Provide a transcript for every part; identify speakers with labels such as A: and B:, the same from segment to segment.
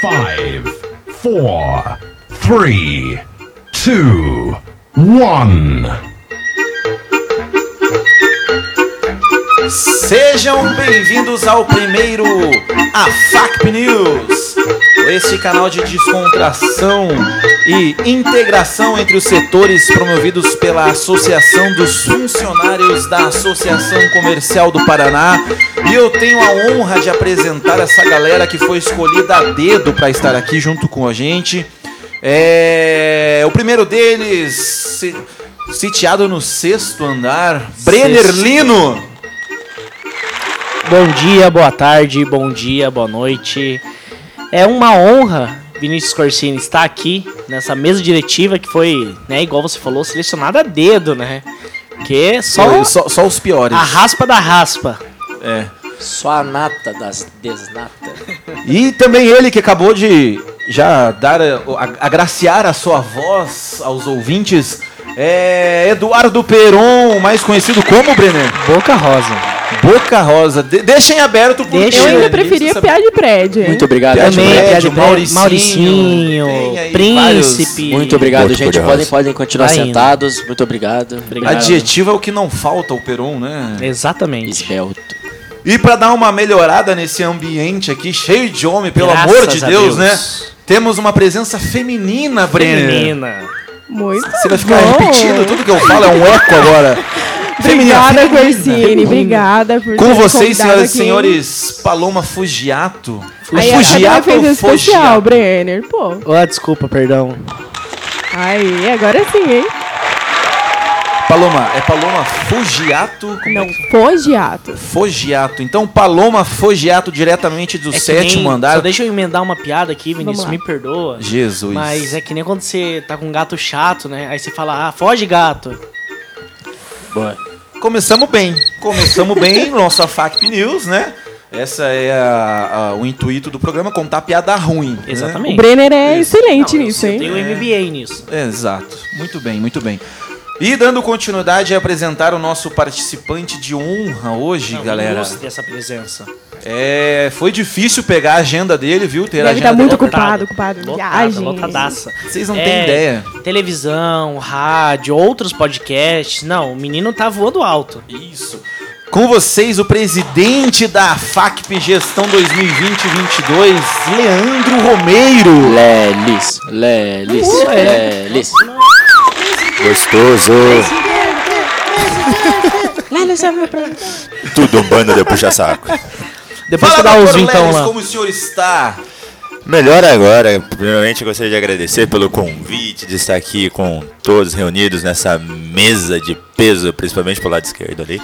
A: Five, four, three, two, one.
B: Sejam bem-vindos ao primeiro A FACP News, esse canal de descontração e integração entre os setores promovidos pela Associação dos Funcionários da Associação Comercial do Paraná. E eu tenho a honra de apresentar essa galera que foi escolhida a dedo para estar aqui junto com a gente. É, O primeiro deles, si- sitiado no sexto andar, Brenner
C: Sexto.
B: Lino.
C: Bom dia, boa tarde, bom dia, boa noite. É uma honra Vinícius Corsini estar aqui nessa mesa diretiva que foi, né, igual você falou, selecionada a dedo, né? Que é
B: Só,
C: só
B: só, só os piores.
C: a raspa da raspa.
B: É.
D: Só a nata das desnatas.
B: E também ele que acabou de já dar a- a- agraciar a sua voz aos ouvintes, é Eduardo Peron, mais conhecido como Brenner,
C: Boca rosa.
B: Boca Rosa. De- deixa em aberto porque
C: Deixa.
E: Eu ainda
C: Jornalista
E: preferia piar de prédio. hein?
D: Muito obrigado,
B: Piada
D: gente.
C: Também,
B: Prédio,
C: Piada de
B: Mauricinho,
C: Prédio, Mauricinho,
B: tem aí
C: Príncipe.
D: Muito obrigado,
F: Bote
D: gente.
F: cor de
D: Podem,
F: rosa.
D: podem continuar
C: Tá indo.
D: sentados. Muito obrigado.
C: Obrigado.
B: Adjetivo é o que não falta, o Peron, né?
C: Exatamente.
D: Esbelto.
B: E pra dar uma melhorada nesse ambiente aqui, cheio de homem, pelo
C: Graças
B: amor de
C: a
B: Deus,
C: Deus.
B: né? Temos uma presença feminina, Brenner.
C: Menina.
E: Muito
B: Você vai ficar
E: bom.
B: repetindo tudo que eu falo, é um eco agora.
E: Obrigada, Corsini. Obrigada por ter
B: Hum. Com
E: me
B: vocês,
E: convidado
B: senhoras e
E: aqui.
B: senhores, Paloma Fugiato.
E: Aí, a- agora fez um especial, Brenner. Pô.
C: Oh, desculpa, perdão.
E: Aí, agora sim, hein?
B: Paloma, é Paloma Fugiato? Como é
E: Não,
B: que-
E: fogiato.
B: Fogiato. Então, Paloma Fugiato diretamente do
C: É que
B: sétimo
C: nem-
B: andar.
C: Só deixa eu emendar uma piada aqui, Vinícius,
E: lá.
C: me perdoa.
B: Jesus.
C: Mas é que nem quando você tá com um gato chato, né? Aí você fala, ah, foge gato.
B: Começamos bem. Começamos bem, nossa FACP News, né? Essa é a- a- o intuito do programa, contar piada ruim. né?
C: Exatamente.
E: O Brenner é
B: Isso.
E: excelente
C: Não, eu-
E: nisso,
C: eu
E: hein?
B: É.
C: tenho MBA nisso.
B: Exato. Muito bem, muito bem. E dando continuidade a apresentar o nosso participante de honra hoje,
C: Não, eu
B: galera.
C: gosto dessa presença.
B: É, foi difícil pegar a agenda dele, viu? Ter a
E: Deve
B: agenda
E: tá muito
B: dele.
E: ocupado, ocupado.
C: Lotada,
E: Viagens.
C: lotadaça.
B: Vocês não
C: É,
B: têm ideia.
C: Televisão, rádio, outros podcasts. Não, o menino tá voando alto.
B: Isso. Com vocês, o presidente da FACP Gestão 2020-22, Leandro Romeiro.
D: Lelis. Lelis.
C: Isso aí.
D: Lelis.
F: Gostoso. Tudo um bando de puxa-saco.
C: Depois você dá
B: doutor
C: os então
B: Lelis,
C: lá.
B: como o senhor está?
F: Melhor agora, primeiramente eu gostaria de agradecer pelo convite de estar aqui com todos reunidos nessa mesa de peso, principalmente pro lado esquerdo ali.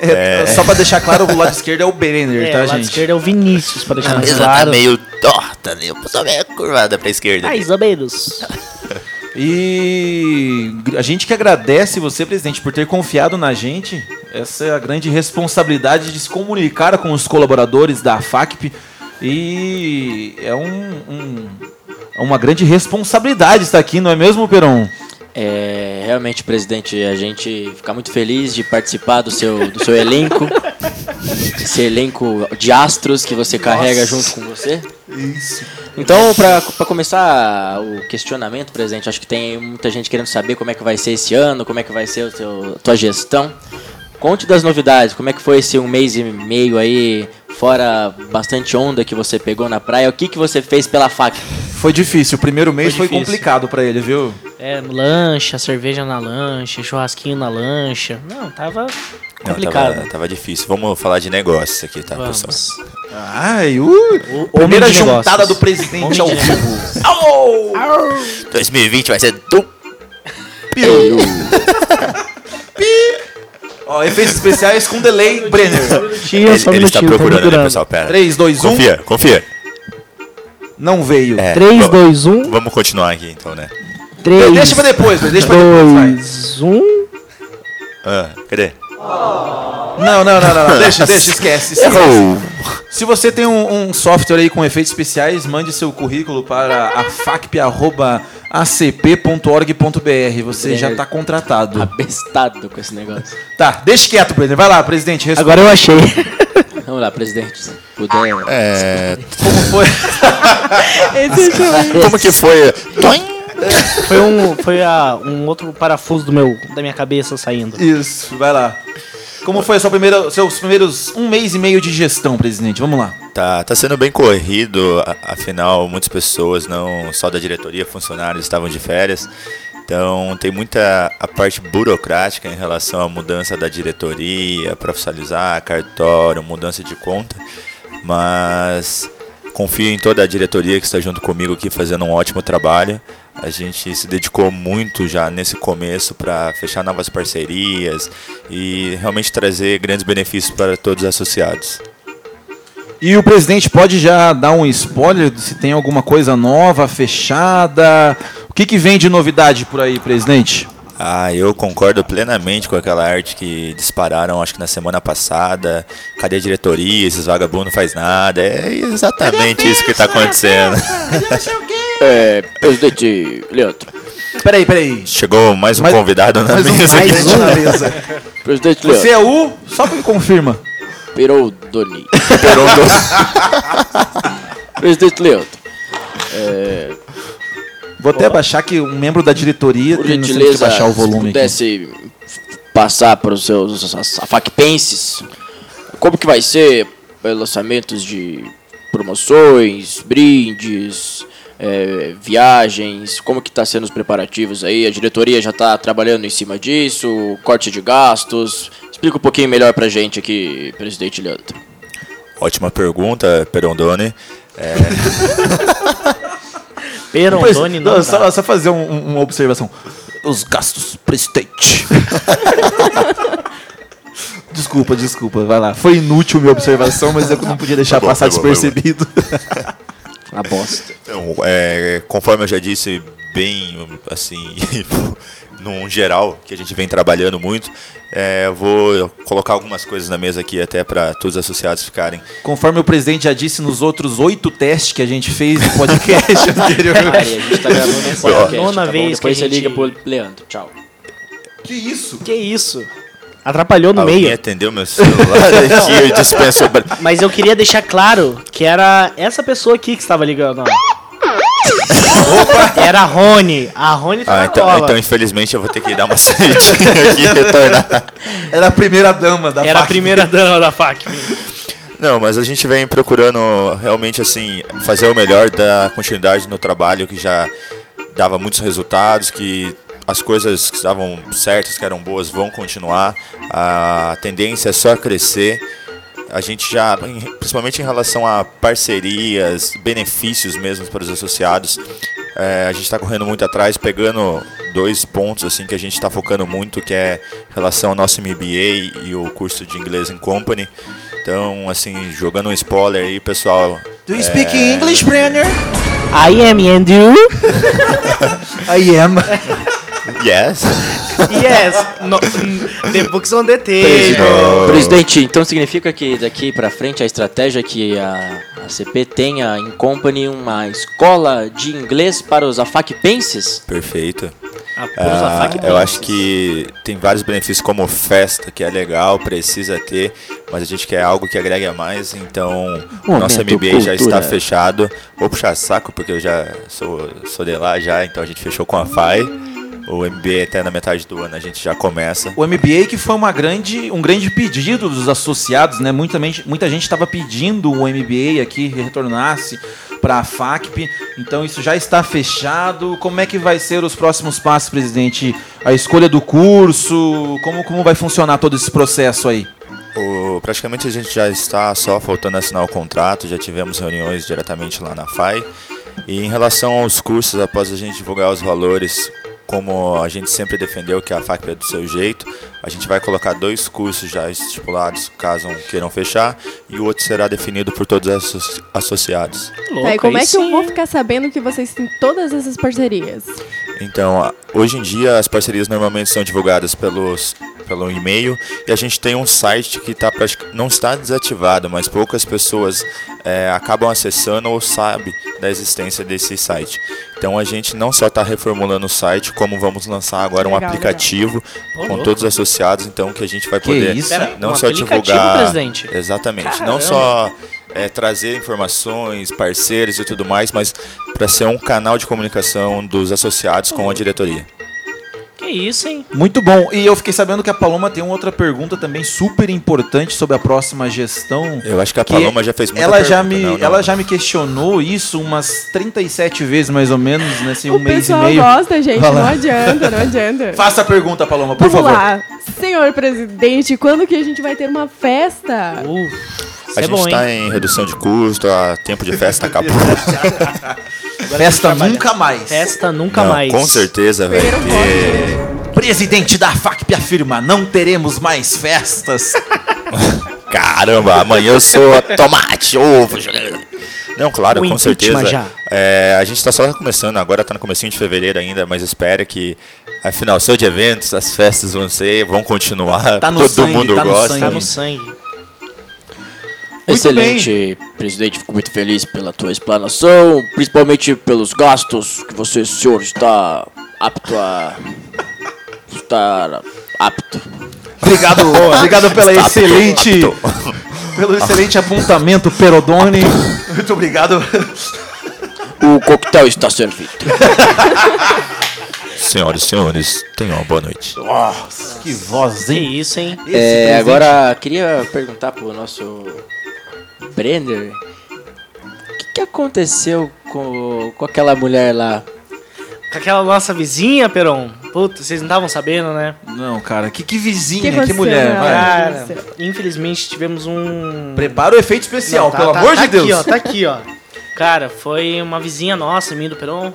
B: É, Só pra deixar claro, o lado esquerdo é o Brenner,
C: É,
B: tá,
C: o lado
B: gente?
C: esquerdo é o Vinícius, pra deixar
F: A
C: mais
F: mesa tá
C: claro. Ah,
F: meio torta ali, eu só meio curvada pra
D: é
F: esquerda. ali.
C: Mais ou menos.
B: E a gente que agradece você, presidente, por ter confiado na gente. Essa é a grande responsabilidade de se comunicar com os colaboradores da FACP. E é um, um- uma grande responsabilidade estar aqui, não é mesmo, Peron?
D: É, realmente, presidente, a gente fica muito feliz de participar do seu, do seu elenco. Esse elenco de astros que você carrega junto com você.
B: Isso.
D: Então, pra, pra começar o questionamento, presidente, acho que tem muita gente querendo saber como é que vai ser esse ano, como é que vai ser o seu, a tua gestão. Conte das novidades, como é que foi esse um mês e meio aí, fora bastante onda que você pegou na praia, o que, que você fez pela faca?
B: Foi difícil. O primeiro mês
C: Foi
B: foi,
C: difícil.
B: complicado pra ele, viu?
C: É, lancha, cerveja na lancha, churrasquinho na lancha. Não, tava
F: Não,
C: é complicado.
F: tava, tava difícil. Vamos falar de negócios aqui, tá,
C: Vamos.
F: pessoal?
B: Ai, uh,
C: homem
B: primeira
C: de negócios.
B: juntada do presidente ao vivo. Au!
F: 2020 vai ser do
B: Ó, efeitos especiais com delay, Brenner.
C: Tinha
F: Ele,
C: só um
F: ele está
C: minutinho, tá
F: procurando ali,
C: procurando. um.
F: pessoal. Pera.
B: 3, 2, 1.
F: Confia, confia.
B: Não veio.
F: É,
C: 3,
F: vamos-
C: 2, 1,
F: Vamos continuar aqui então, né?
C: 3,
B: Deixa pra depois, Brenner, deixa pra depois. vai.
C: 2, 1.
F: Ah, cadê?
B: Não, não, não, não, não. Deixa, deixa, esquece. esquece.
F: Errou!
B: Se você tem um, um software aí com efeitos especiais, mande seu currículo para a facp.acp.org.br. Você já tá contratado.
D: Abestado com esse negócio.
B: Tá, deixa quieto, Brenner. Vai lá, presidente. responde.
C: Agora eu achei.
D: Vamos lá, presidente. se Puder.
F: É,
B: Como foi?
E: Esse foi-
F: como que foi? Toim!
C: Foi um, foi a- um outro parafuso do meu, da minha cabeça saindo.
B: Isso, vai lá. Como foi a sua primeira, seus primeiros um mês e meio de gestão, presidente? Vamos lá.
F: Tá, tá sendo bem corrido, a- afinal, muitas pessoas, não só da diretoria, funcionários, estavam de férias. Então, tem muita a parte burocrática em relação à mudança da diretoria, profissionalizar cartório, mudança de conta. Mas confio em toda a diretoria que está junto comigo aqui fazendo um ótimo trabalho. A gente se dedicou muito já nesse começo para fechar novas parcerias e realmente trazer grandes benefícios para todos os associados.
B: E o presidente pode já dar um spoiler se tem alguma coisa nova, fechada? O que, que vem de novidade por aí, presidente?
F: Ah, eu concordo plenamente com aquela arte que dispararam, acho que na semana passada. Cadê a diretoria? Esses vagabundos não faz nada. É exatamente isso que tá acontecendo.
D: É, presidente Leandro.
B: Peraí, peraí.
F: Chegou mais um
B: Mais-
F: convidado na
B: Mais um,
F: mesa.
B: mais um na mesa.
D: Presidente
B: Você
D: Leandro.
B: é o. Só me confirma.
D: Peroldoni. presidente Leandro. É,
B: Vou até baixar que um membro da diretoria
D: por
B: tem- nós temos que
D: gentileza,
B: baixar o
D: se
B: volume. aqui.
D: pudesse passar para os seus safacpenses, como que vai ser é, lançamentos de promoções, brindes, é, viagens, como que tá sendo os preparativos aí? A diretoria já está trabalhando em cima disso, corte de gastos. Explica um pouquinho melhor pra gente aqui, presidente Leandro.
F: Ótima pergunta, Perondone.
B: Pois,
C: Perondoni não.
B: não, só,
C: dá.
B: só fazer um- um- uma observação. Os gastos, presidente. desculpa, desculpa, vai lá. Foi inútil minha observação, mas eu não podia deixar
F: Tá bom,
B: passar
F: tá bom,
B: despercebido.
D: A bosta.
F: Então, é, conforme eu já disse, bem assim, num geral, que a gente vem trabalhando muito, é, eu vou colocar algumas coisas na mesa aqui até para todos os associados ficarem
B: Conforme o presidente já disse nos outros oito testes que a gente fez no podcast anterior.
D: a gente tá gravando um podcast,
C: Nona
D: tá bom?
C: vez que
D: Depois
C: a
D: você
C: gente-
D: liga pro Leandro. Tchau.
B: Que isso?
C: Que isso? Atrapalhou no
F: Alguém
C: meio.
F: atendeu meu celular aqui e dispensou. pra-
C: Mas eu queria deixar claro que era essa pessoa aqui que estava ligando. ó. Era a Rony. A Rony tá
F: Ah,
C: na
F: então,
C: cola.
F: então, infelizmente eu vou ter que dar uma saidinha aqui e retornar.
B: Era a primeira dama da
C: Era a
B: FAC.
C: primeira dama da FAC.
F: Não, mas a gente vem procurando realmente assim fazer o melhor da continuidade no trabalho que já dava muitos resultados, que as coisas que estavam certas, que eram boas, vão continuar. A tendência é só crescer. A gente já, em- principalmente em relação a parcerias, benefícios mesmo para os associados, é, a gente está correndo muito atrás, pegando dois pontos assim que a gente está focando muito, que é em relação ao nosso MBA e o curso de inglês em company. Então, assim, jogando um spoiler aí, pessoal,
B: Do you speak
C: É.
B: English, Brenner?
C: I am Andrew.
B: I am.
F: yes.
C: Yes. No, the books on the table.
F: Presidente.
D: Presidente, então significa que daqui pra frente a estratégia é que a, a CP tenha em company uma escola de inglês para os afacpenses?
F: Perfeito.
C: Ah, pô, os
F: Ah,
C: afac-
F: eu acho que tem vários benefícios como festa, que é legal, precisa ter, mas a gente quer algo que agregue a mais, então
D: Momento
F: nosso MBA já está
D: cultura.
F: fechado. Vou puxar saco, porque eu já sou, sou de lá já, então a gente fechou com a FAI. O MBA é até na metade do ano a gente já começa.
B: O MBA que foi uma grande, um grande pedido dos associados, né? Muita, men- muita gente estava pedindo o MBA aqui que retornasse para a FACP. Então isso já está fechado. Como é que vai ser os próximos passos, presidente? A escolha do curso, como, como vai funcionar todo esse processo aí?
F: O- praticamente a gente já está só faltando assinar o contrato, já tivemos reuniões diretamente lá na FAI. E em relação aos cursos, após a gente divulgar os valores, como a gente sempre defendeu que a FAC é do seu jeito, a gente vai colocar dois cursos já estipulados, caso um queiram fechar, e o outro será definido por todos os asso- associados.
C: Louco,
E: Tá, e como
C: aí
E: é que eu
C: sim.
E: vou ficar sabendo que vocês têm todas essas parcerias?
F: Então, a- hoje em dia as parcerias normalmente são divulgadas pelos, pelo e-mail. E a gente tem um site que tá pratic- não está desativado, mas poucas pessoas é, acabam acessando ou sabem da existência desse site. Então a gente não só está reformulando o site, como vamos lançar agora um
E: Legal,
F: aplicativo
C: Ô,
F: com
C: louco.
F: todos associados, então que a gente vai
B: Que
F: poder
B: isso?
C: Pera,
F: não
C: um
F: só
C: aplicativo,
F: divulgar
C: presidente?
F: Exatamente. Não só é, trazer informações, parceiros e tudo mais, mas para ser um canal de comunicação dos associados com a diretoria.
C: Que isso, hein?
B: Muito bom. E eu fiquei sabendo que a Paloma tem uma outra pergunta também super importante sobre a próxima gestão.
F: Eu acho que a
B: Que
F: Paloma já fez muita
B: Ela já,
F: pergunta, né?
B: me,
F: não, não.
B: ela já me questionou isso umas 37 vezes, mais ou menos, nesse um
E: o
B: mês e
E: pessoal
B: meio.
E: gosta, gente.
B: Vai lá.
E: Não adianta, não adianta.
B: Faça a pergunta, Paloma, por
E: Vamos
B: favor.
E: lá. Senhor presidente, quando que a gente vai ter uma festa?
C: Uh, isso
F: A
C: é
F: gente
C: bom, hein?
F: está em redução de custo, a tempo de festa acabou.
B: Festa nunca mais.
C: Festa nunca
F: Não,
C: mais.
F: Com certeza, velho.
E: Primeiro
F: porque-
B: Presidente da FACP afirma: não teremos mais festas.
F: Caramba, amanhã eu sou a tomate, ovo. Não, claro,
C: O
F: com
C: impeachment
F: certeza.
C: já.
F: É, a gente está só começando agora, está no comecinho de fevereiro ainda, mas espera que afinal, seu de eventos, as festas vão ser, vão continuar.
B: Tá no
F: Todo
B: sangue,
F: mundo
B: tá no
F: gosta.
C: Tá
B: sangue.
C: no sangue.
D: Excelente, presidente. Fico muito feliz pela tua explanação, principalmente pelos gastos que você, senhor, está apto a. estar apto.
B: Obrigado, obrigado pela
F: Tá
B: excelente,
F: apto.
B: pelo excelente apontamento, Perodoni. Muito obrigado.
D: O coquetel está servido.
F: Senhoras e senhores, tenham uma boa noite.
B: Nossa, que voz,
C: Que
B: hein?
C: isso, hein?
B: Esse
D: É,
B: presidente-
D: agora queria perguntar pro nosso Brenner o que, que aconteceu com, com aquela mulher lá?
C: Com aquela nossa vizinha, Peron. Puta, vocês não estavam sabendo, né?
B: Não, cara, que, que
E: Que
B: vizinha, que,
E: aconteceu,
B: mulher.
E: né?
B: vai.
F: é.
E: Ah,
C: Cara,
E: isso.
C: infelizmente tivemos um.
B: Prepara o efeito especial,
C: Não, tá-
B: pelo
C: tá-
B: amor
C: tá
B: de Deus.
C: Aqui, ó, tá aqui, ó. Cara, foi uma vizinha nossa, minha do Peron.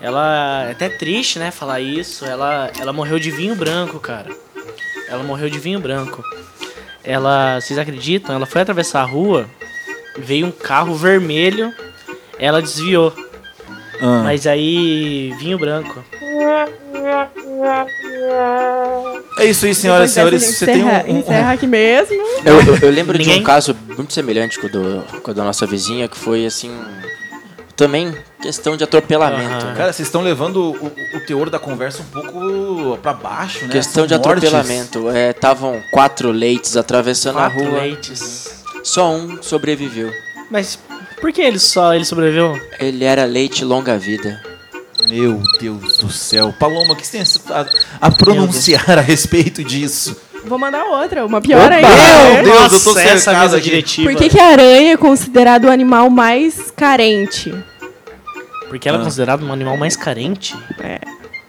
C: Ela é até triste, né, falar isso. Ela, ela morreu de vinho branco, cara. Ela morreu de vinho branco. Ela, vocês acreditam? Ela foi atravessar a rua, veio um carro vermelho, ela desviou.
B: Ah.
C: Mas aí, vinho branco.
B: É isso aí, senhoras e senhores.
E: Depois dessa,
B: Você
E: a gente
B: tem um.
E: encerra,
B: um-
E: encerra aqui mesmo.
D: Eu, eu- eu lembro de
C: Ninguém?
D: um caso muito semelhante com o, do, com o da nossa vizinha, que foi assim. Também questão de atropelamento.
C: Aham.
D: né?
B: Cara, vocês estão levando o, o- o teor da conversa um pouco pra baixo, né?
D: Questão de
B: São mortes.
D: atropelamento. Estavam quatro leites atravessando
C: Quatro
D: a rua.
C: leites.
D: Só um sobreviveu.
C: Mas por que ele só ele sobreviveu?
D: Ele era leite longa vida.
B: Meu Deus do céu. Paloma, o que você tem a, a pronunciar a respeito disso?
E: Vou mandar outra, uma pior ainda.
B: Meu
E: né?
B: Deus, eu tô
C: Nossa, essa
B: cercado
C: mesa
B: aqui.
C: diretiva.
E: Por que, que a aranha é considerada o animal mais carente?
C: Porque ela é
B: Ah.
C: considerada um animal mais carente.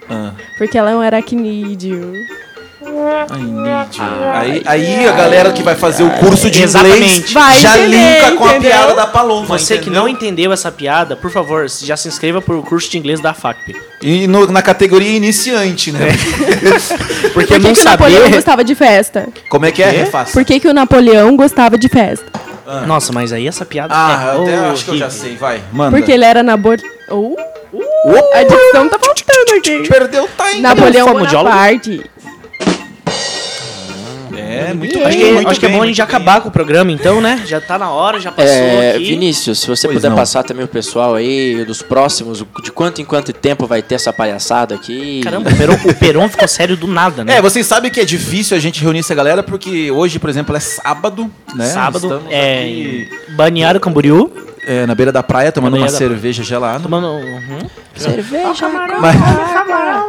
B: Ah,
E: Porque ela é um aracnídeo.
B: ai, Nídia. aí, aí a galera que vai fazer o curso de inglês
C: Exatamente.
E: Vai
B: já
E: entender,
B: linka com a
E: entendeu?
B: piada da Paloma.
C: Você que
B: entendeu?
C: não entendeu essa piada, por favor, já se inscreva pro curso de inglês da FACP.
B: E no- na categoria iniciante, né?
C: É.
E: Por que,
C: não
E: que o Napoleão
C: saber-
E: gostava de festa?
B: Como é que é? Refaça.
E: Por que, que o Napoleão gostava de festa?
C: Nossa, mas aí essa piada
B: Ah,
C: é
B: eu até
C: horrível.
B: acho que eu já sei, vai. Manda.
E: Porque ele era nabor... Uh, a dicção tá faltando aqui.
B: Perdeu o time.
E: Napoleão
C: Cadê o fonoaudiólogo?
E: Bonaparte.
B: É, muito
C: Acho que,
B: bem, muito
C: acho que é
B: bem,
C: bom a
B: muito
C: gente
B: bem.
C: acabar com o programa, então, né? Já tá na hora, já passou
D: É,
C: aqui.
D: Vinícius, se você
B: Pois
D: puder
B: não.
D: passar também o pessoal aí dos próximos, de quanto em quanto tempo vai ter essa palhaçada aqui.
C: Caramba, o Peron, o Peron ficou sério do nada, né?
B: É, vocês sabem que é difícil a gente reunir essa galera, porque hoje, por exemplo, é sábado, né?
C: Sábado,
B: Estamos
C: é,
B: aqui,
C: em Balneário Camboriú.
B: é, na beira da praia, tomando
C: beira
B: uma
C: da-
B: cerveja gelada.
C: Tomando. Uhum.
E: Cerveja.
B: Mas-
E: Coca-Cola.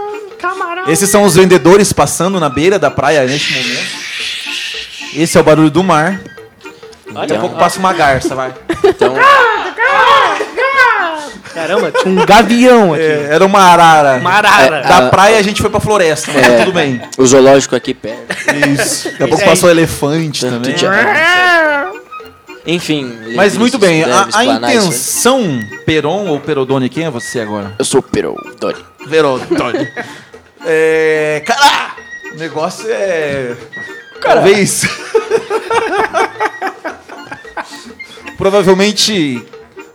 B: Esses são os vendedores passando na beira da praia neste momento. Esse é o barulho do mar. Daqui a pouco
D: Então,
B: passa uma garça, vai.
D: então
C: Caramba, tinha um gavião aqui.
B: É, era uma arara.
C: Uma arara.
B: Da
D: Ah.
B: praia a gente foi pra floresta, mas tá
D: É.
B: tudo bem.
D: o zoológico aqui perto.
B: Isso. Daqui a
C: Isso
B: pouco
C: aí.
B: passou elefante
D: Tanto
B: também.
D: de- Enfim.
B: Mas
D: Vinícius,
B: muito bem,
D: deve
B: a, a
D: explanar isso aí.
B: intenção Peron ou Perodoni, quem é você agora?
D: Eu sou o Peru, Dori.
B: Perodoni. é. Cara! O negócio é. Talvez. Provavelmente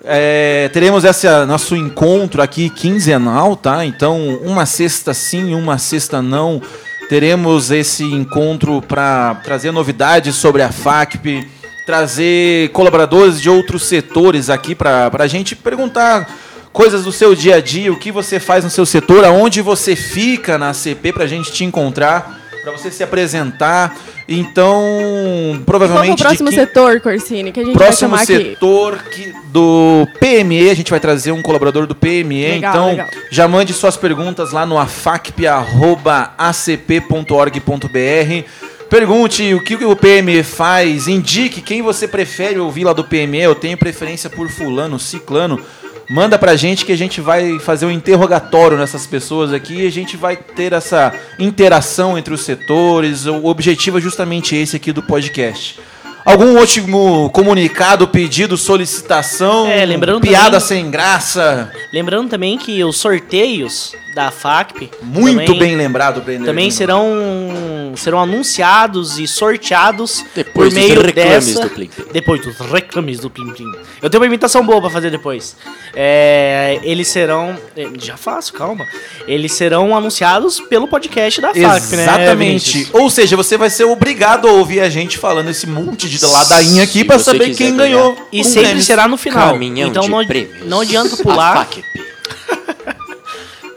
B: é, teremos esse nosso encontro aqui quinzenal, tá? Então, uma sexta sim, uma sexta não. Teremos esse encontro para trazer novidades sobre a FACP, trazer colaboradores de outros setores aqui para a gente perguntar coisas do seu dia a dia, o que você faz no seu setor, aonde você fica na CP para a gente te encontrar, para você se apresentar. Então,
E: Vamos pro
B: provavelmente. de
E: próximo
B: quin-
E: setor, Corsini, que a gente
B: Próximo
E: vai chamar aqui.
B: setor que- do PME, a gente vai trazer um colaborador do PME,
E: Legal,
B: então
E: legal.
B: já mande suas perguntas lá no afacp.acp.org.br. Pergunte o que o PME faz, indique quem você prefere ouvir lá do PME, eu tenho preferência por fulano, ciclano. Manda pra gente que a gente vai fazer um interrogatório nessas pessoas aqui e a gente vai ter essa interação entre os setores. O objetivo é justamente esse aqui do podcast. Algum último comunicado, pedido, solicitação,
C: É, lembrando
B: piada
C: também-
B: sem graça.
C: Lembrando também que os sorteios da FACP
B: Muito
C: também,
B: bem lembrado, Brenner.
C: também tá serão serão anunciados e sorteados
D: Depois
C: por
D: dos
C: meio
D: reclames
C: dessa,
D: do Plim Plim.
C: depois dos reclames do Plim Plim. Eu tenho uma imitação boa pra fazer depois. É, eles serão eh, já faço, calma. Eles serão anunciados pelo podcast da FACP, né?
B: Exatamente.
C: Vinícius?
B: Ou seja, você vai ser obrigado a ouvir a gente falando esse monte de ladainha aqui
D: Se
B: pra
D: você
B: saber
D: quiser
B: quem
D: ganhar.
B: ganhou.
C: E
B: o
C: sempre
B: prêmio.
C: será no final.
D: Um Caminhão
C: então
D: de
C: não,
D: prêmios.
C: não adianta
D: A
C: pular.
D: FACP.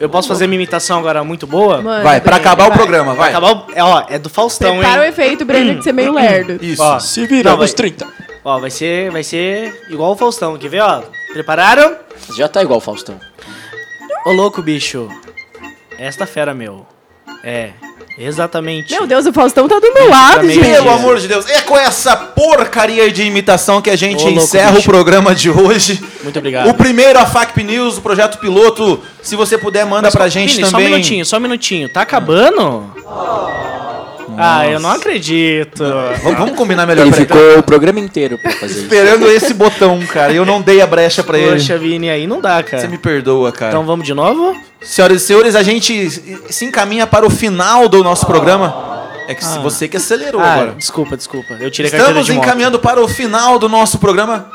C: Eu posso fazer minha imitação agora muito boa?
E: Mano,
B: Vai, pra
E: Breno,
B: acabar o
E: vai.
B: programa, então,
C: Vai
B: vai.
C: acabar o- é, ó, é do Faustão,
E: Prepara o
C: hein?
E: efeito, Breno, que você é
B: Hum,
E: meio lerdo.
B: Isso.
C: Ó,
D: Se vira
C: Não, vai-
D: nos 30.
C: Ó, vai ser, vai ser igual o Faustão, quer ver, ó? Prepararam?
D: Já tá igual o Faustão.
C: Ô louco, bicho. Esta fera, meu. É, exatamente.
E: Meu Deus, o Faustão tá do meu lado,
C: Também
E: gente.
B: Pelo amor de Deus, é com essa porcaria de imitação que a gente
C: Ô, louco,
B: encerra o
C: bicho.
B: programa de hoje.
C: Muito obrigado.
B: O primeiro, a FACP News, o projeto piloto. Se você puder, manda
C: Mas,
B: pra gente
C: Vini,
B: também.
C: Só um minutinho, só um minutinho. Tá acabando? Ah, eu não acredito.
B: Vamos, vamos combinar melhor
D: Ele
B: peraí.
D: ficou o programa inteiro pra fazer isso.
B: esperando esse botão, cara. e Eu não dei a brecha pra ele.
C: Poxa, Vini, aí não dá,
B: Você
C: cara.
B: me perdoa, cara.
C: Então vamos de novo?
B: Senhoras e senhores, a gente se encaminha para o final do nosso programa. É que se você que acelerou
C: Ah,
B: agora.
C: desculpa, desculpa. Eu tirei a carteira
B: Estamos
C: de moto.
B: encaminhando para o final do nosso programa.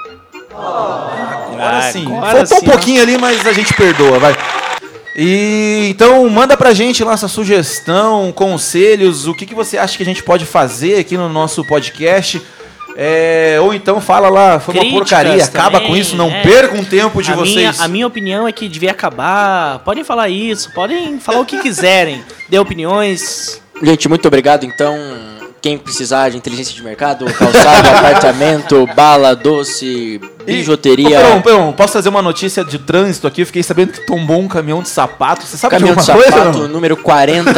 B: Agora
C: Ah,
B: sim.
C: agora
B: Faltou
C: sim,
B: um pouquinho ali, mas a gente perdoa, vai. E então manda pra gente lá sua sugestão, conselhos, o que, que você acha que a gente pode fazer aqui no nosso podcast. É, ou então fala lá, foi uma
C: Críticas
B: porcaria, acaba
C: também,
B: com isso, não
C: é.
B: perca um tempo de
C: a
B: vocês.
C: Minha, a minha opinião é que devia acabar. Podem falar isso, podem falar o que quiserem. Dê opiniões.
D: Gente, muito obrigado. Então, quem precisar de inteligência de mercado, calçado, apartamento, bala, doce,
B: E-
D: bijuteria,
B: Ô, Perão, Perão, posso trazer uma notícia de trânsito aqui? Eu fiquei sabendo que tombou um caminhão de sapato. Você sabe
D: caminhão
B: de
D: de
B: alguma coisa?
D: sapato,
B: não?
D: número 40.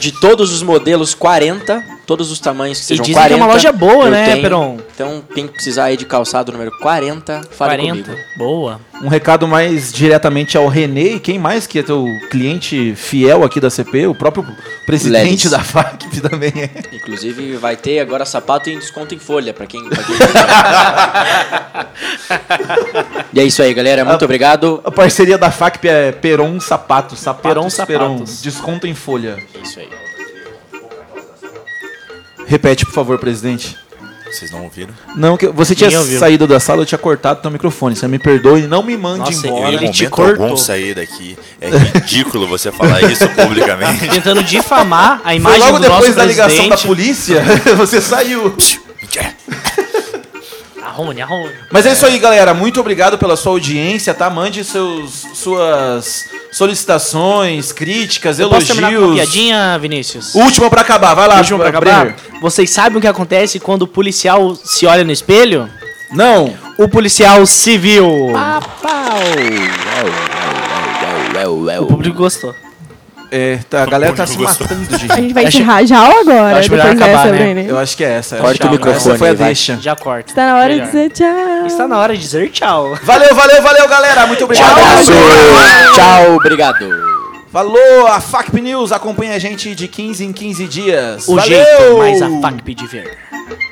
D: De todos os modelos, 40. Todos os tamanhos que
C: E
D: sejam
C: dizem
D: 40.
C: que é uma loja boa,
D: eu
C: né,
D: tenho.
C: Peron?
D: Então, quem precisar aí de calçado número 40, fale
C: 40.
D: comigo.
C: Boa.
B: Um recado mais diretamente ao René e quem mais que é teu cliente fiel aqui da CP, o próprio presidente
D: Lelis.
B: da FACP também é.
D: Inclusive, vai ter agora sapato em desconto em folha, pra quem... pra quem- e é isso aí, galera. Muito obrigado.
B: A parceria da FACP é Peron Sapato, Sapatos
C: Peron Sapatos.
B: desconto em folha.
D: É isso aí.
B: Repete, por favor, presidente.
F: Vocês não ouviram?
B: Não, que você tinha
C: Ninguém ouviu.
B: saído da sala, eu tinha cortado teu microfone. Você me perdoe, não me mande
C: Nossa,
F: Eu,
B: embora.
F: em
C: ele te
F: momento
C: cortou.
F: algum sair daqui. É ridículo você falar isso publicamente.
C: Tentando difamar a
B: Foi
C: imagem
B: logo
C: do nosso
B: depois da ligação da
C: presidente.
B: polícia, você saiu.
F: É.
C: Arrone, arrone.
B: Mas é isso aí, galera. Muito obrigado pela sua audiência, tá? Mande seus, suas solicitações, críticas,
C: Eu posso terminar com uma
B: elogios.
C: piadinha, Vinícius?
B: Última pra acabar, vai lá.
C: Último pra acabar.
B: Brenner.
C: Vocês sabem o que acontece quando o policial se olha no espelho?
B: Não.
C: O policial civil.
E: Ah.
C: O público gostou.
B: É, tá, a galera tá
F: Pô,
B: se
F: não gostou.
B: matando, gente.
E: A gente vai
C: Acho-
E: encerrar já ou agora?
C: acho melhor
E: depois
C: acabar,
E: dessa,
C: né?
E: Breno?
B: Eu acho que é essa.
D: Corta
B: Tchau,
D: o microfone,
B: Essa foi a
D: vai.
B: deixa.
C: Já corta.
E: Está Tá na hora
C: Melhor.
E: de dizer tchau.
C: Está na hora de dizer tchau.
B: Valeu, valeu, valeu, galera. Muito obrigado.
D: Abraço. Tchau, obrigado.
B: Falou, a FACP News acompanha a gente de 15 em 15 dias.
C: O
B: valeu.
C: jeito mais a FACP de ver.